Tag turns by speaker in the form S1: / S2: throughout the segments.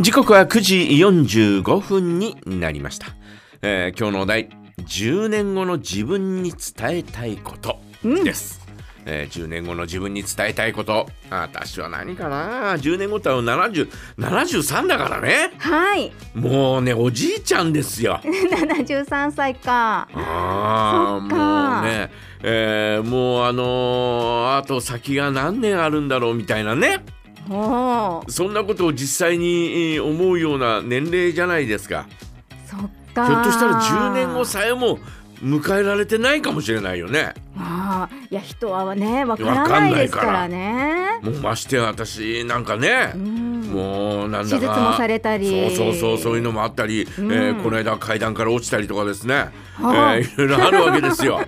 S1: 時刻は9時45分になりました、えー今日のお題10年後の自分に伝えたいことです、えー10年後の自分に伝えたいこと私は何かな10年後って70 73だからね
S2: はい、
S1: もうねおじいちゃんですよ
S2: 七十三歳か。
S1: ああ
S2: そっか
S1: もうね、えーもうあのーあと先が何年あるんだろうみたいなね
S2: おお、
S1: そんなことを実際にえー思うような年齢じゃないですか
S2: そっか。
S1: ひょっとしたら10年後。さえも迎えられてないかもしれないよね
S2: ああ、いや人はねわからないですからね。
S1: もうましてや私なんかね、
S2: うん
S1: もうなんだか
S2: 手術もされたり
S1: そうそうそうそういうのもあったり、え
S2: ん
S1: ーこの間階段から落ちたりとかですね、
S2: はあ
S1: えーいろいろあるわけです よ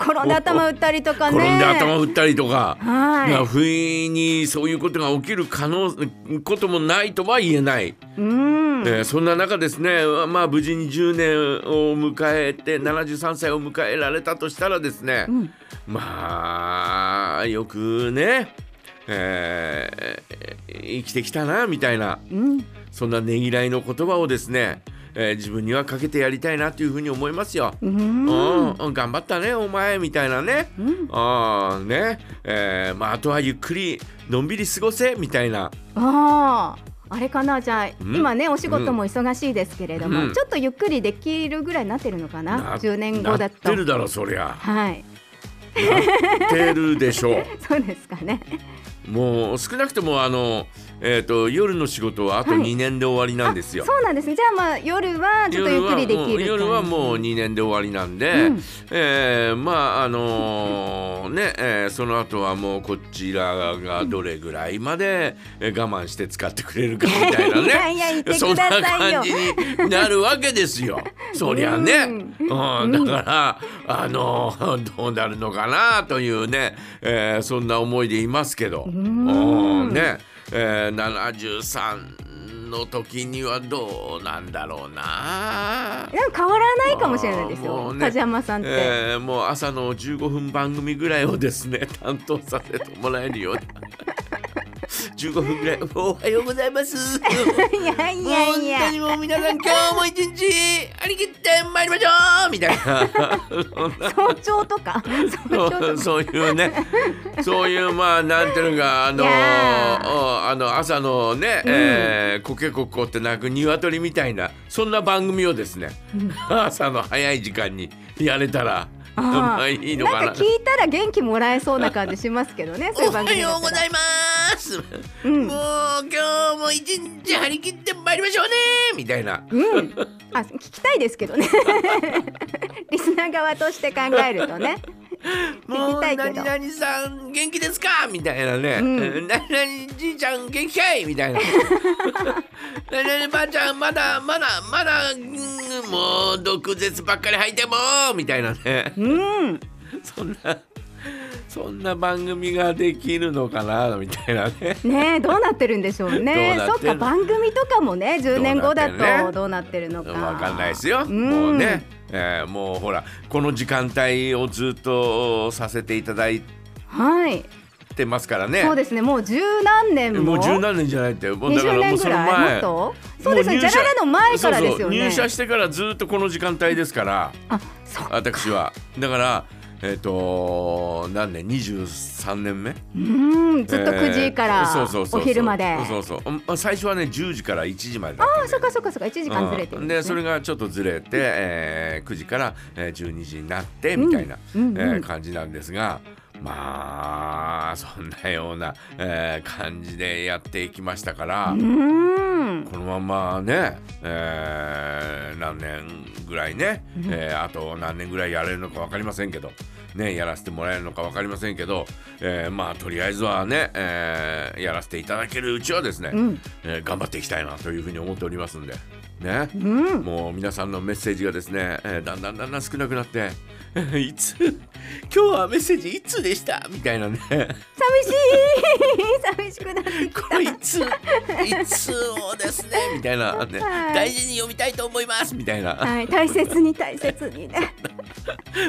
S2: 転んで頭打ったりとかね。
S1: 転んで頭打ったりとか、
S2: はい
S1: いや不意にそういうことが起きる可能こともないとは言えない、
S2: うん。
S1: えーそんな中ですね、まあ、無事に10年を迎えて73歳を迎えられたとしたらですね、
S2: ん
S1: まあよくね、えー生きてきたなみたいな
S2: うん。
S1: そんなねぎらいの言葉をですね、えー自分にはかけてやりたいなというふうに思いますよ。
S2: うん。
S1: うん、頑張ったねお前みたいなね、ああね、えーまあ、あとはゆっくりのんびり過ごせみたいな
S2: ああ。あれかなじゃあ、
S1: ん
S2: 今ねお仕事も忙しいですけれど
S1: う
S2: も、
S1: ん
S2: ちょっとゆっくりできるぐらいになってるのかな
S1: な
S2: 10年後だ
S1: なっ
S2: と
S1: てるだろそりゃ
S2: はい
S1: なってるでしょ
S2: そうですかね
S1: うもう少なくともあの、えー、と夜の仕事はあと
S2: はい
S1: 2年で終わりなんですよ、
S2: そうなんですねじゃあまあ夜はちょっとゆっくりできる感じ
S1: 夜はもう2年で終わりなんで、
S2: うん
S1: えーまああのーね、えーその後はもうこちらがどれぐらいまでえー我慢して使ってくれるかみたいなね
S2: いやいや言って
S1: そん
S2: く
S1: な
S2: ださ
S1: 感
S2: いよ
S1: じになるわけですよそりゃね、うんだからあのーどうなるのかなというね、えーそんな思いでいますけど、うんね、えー、73の時にはどうなんだろうな。
S2: なんか変わらないかもしれないです
S1: も
S2: よ、
S1: うね
S2: 梶山さんって、
S1: えーもう朝の15分番組ぐらいをですね 担当させてもらえるような15分ぐらいおはようございます
S2: いやい
S1: もう
S2: や
S1: 本
S2: いや
S1: 当にもう皆さん今日も一日ありきって参りましょうみたいな
S2: 早朝とか 早朝
S1: そ
S2: と
S1: う
S2: か
S1: そういうねそういうまあなんていうのかあの
S2: いやー
S1: おあの朝のね、えーコケコッコって鳴く鶏みたいなそんな番組をですね、朝の早い時間にやれたら
S2: あー
S1: まあいいのかな。
S2: んか聞いたら元気もらえそうな感じしますけどねそうい
S1: お
S2: う番
S1: は
S2: 組だ
S1: よう
S2: った
S1: ご
S2: ら
S1: ざいます、
S2: う
S1: もう
S2: ん
S1: 今日も一日張り切って参りましょうねみたいな。
S2: うん、あ聞きたいですけどね リスナー側として考えるとね聞
S1: も
S2: き
S1: う
S2: たい
S1: 何
S2: けど
S1: 々さん元気ですかみたいなね、
S2: ん
S1: 何々じいちゃん元気かいみたい な何々ばあちゃんまだまだまだうんもう毒舌ばっかり吐いてもみたいなね
S2: うん
S1: そんなそんな番組ができるのかなみたいなね
S2: ねえどうなってるんでしょうね
S1: どうな
S2: そ
S1: っ
S2: って
S1: んの
S2: か番組とかもね10年後だ
S1: どうなってんね
S2: とどうなってるのか
S1: わかんないですよ、
S2: ん
S1: もうね、えーもうほらこの時間帯をずっとさせていただい
S2: はい
S1: てますからね
S2: そうですねもう十何年も
S1: もう十何年じゃないってもうだか
S2: 20
S1: らもう
S2: 年ぐ
S1: その
S2: らいもっ
S1: 前
S2: とそうですね
S1: も入
S2: じゃ
S1: 社
S2: ららの前からです
S1: そうそ
S2: よ
S1: う
S2: ね
S1: 入社してからずっとこの時間帯ですから
S2: あそう
S1: 私はだからえっ、と何年23年目
S2: うーんずっと9時か
S1: えー
S2: ら
S1: そうそうそうそう
S2: お昼まで
S1: そうそううん最初はね10時から1時までだったんだ
S2: あ
S1: よ
S2: あそっかそっかそっか1時間ずれて
S1: う
S2: る
S1: んん
S2: で
S1: ですそ
S2: ね
S1: れがちょっとずれて、えー9時から、えー12時になってみたいな、
S2: うんうん
S1: え
S2: うん
S1: ー感じなんですがまあそんなような、えー感じでやっていきましたから、
S2: うーん
S1: このままね、えー何年ぐらいね、えーあと何年ぐらいやれるのか分かりませんけど、ね、やらせてもらえるのか分かりませんけど、えーまあとりあえずはね、えーやらせていただけるうちはですね、
S2: ん
S1: えー頑張っていきたいなというふうに思っておりますんで。ね、
S2: ん
S1: もう皆さんのメッセージがですね、えーだんだんだんだん少なくなって 「いつ 今日はメッセージいつでした?」みたいなね
S2: 寂しい 寂しくなってき
S1: これいついつをですねみたいな、ね
S2: はい
S1: 大事に読みたいと思いますみたいな、
S2: たはい大切に大切にね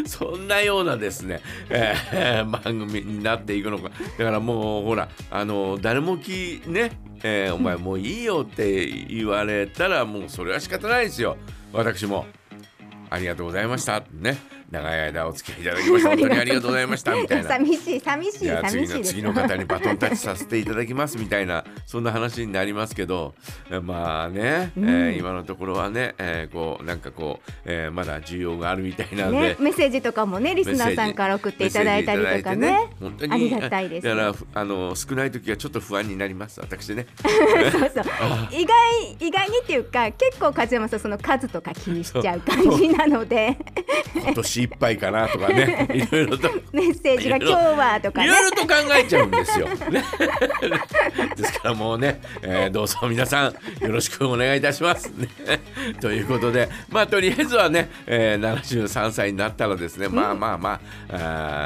S1: そんなようなですね、えー番組になっていくのかだからもうほらあの誰もきね、えーお前もういいよって言われたらもうそれは仕方ないですよ私も。ありがとうございましたね長い間お付き合いいただきまして本当にありがとうございましたみた いな
S2: 寂しい寂しい
S1: じゃあ次
S2: 寂しい
S1: の
S2: です
S1: 次の方にバトンタッチさせていただきますみたいなそんな話になりますけどえまあね、えー今のところはね、えーこうなんかこう、えーまだ需要があるみたいなので
S2: ね、。メッセージとかもねリスナーさんから送っていただいたりとかね
S1: メッセージいただいて本当に
S2: ありがたいです
S1: だからふあの少ない時はちょっと不安になります私ね。
S2: そうそう意外意外にっていうか結構梶山さんその数とか気にしちゃう感じな ので
S1: 今年いっぱいかなとかね いろいろと。
S2: メッセージが「今日は」とか
S1: い
S2: ね
S1: ろいろと考えちゃうんですよ。ね ですからもうね、えーどうぞ皆さんよろしくお願いいたします。ね、ということでまあとりあえずはね、えー73歳になったらですねまあまあまあ、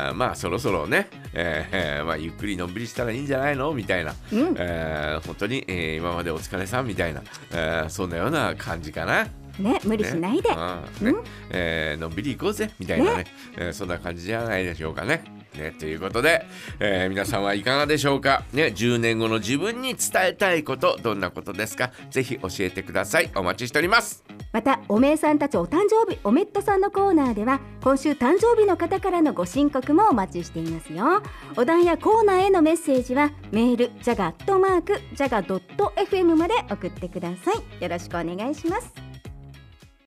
S1: あーまあそろそろね、えーえーまあ、ゆっくりのんびりしたらいいんじゃないのみたいな、えー本当に、えー今までお疲れさんみたいな、えーそんなような感じかな。
S2: ね無理しないで、
S1: ねうんねえーのんびり行こうぜみたいなねえーそんな感じじゃないでしょうかね。ね、ということで、えー皆さんはいかがでしょうか、ね、10年後の自分に伝えたいことどんなことですかぜひ教えてくださいお待ちしております
S2: またおめえさんたちお誕生日おめっとさんのコーナーでは今週誕生日の方からのご申告もお待ちしていますよお題やコーナーへのメッセージはメールジャガットマークジャガ .fm まで送ってくださいよろしくお願いします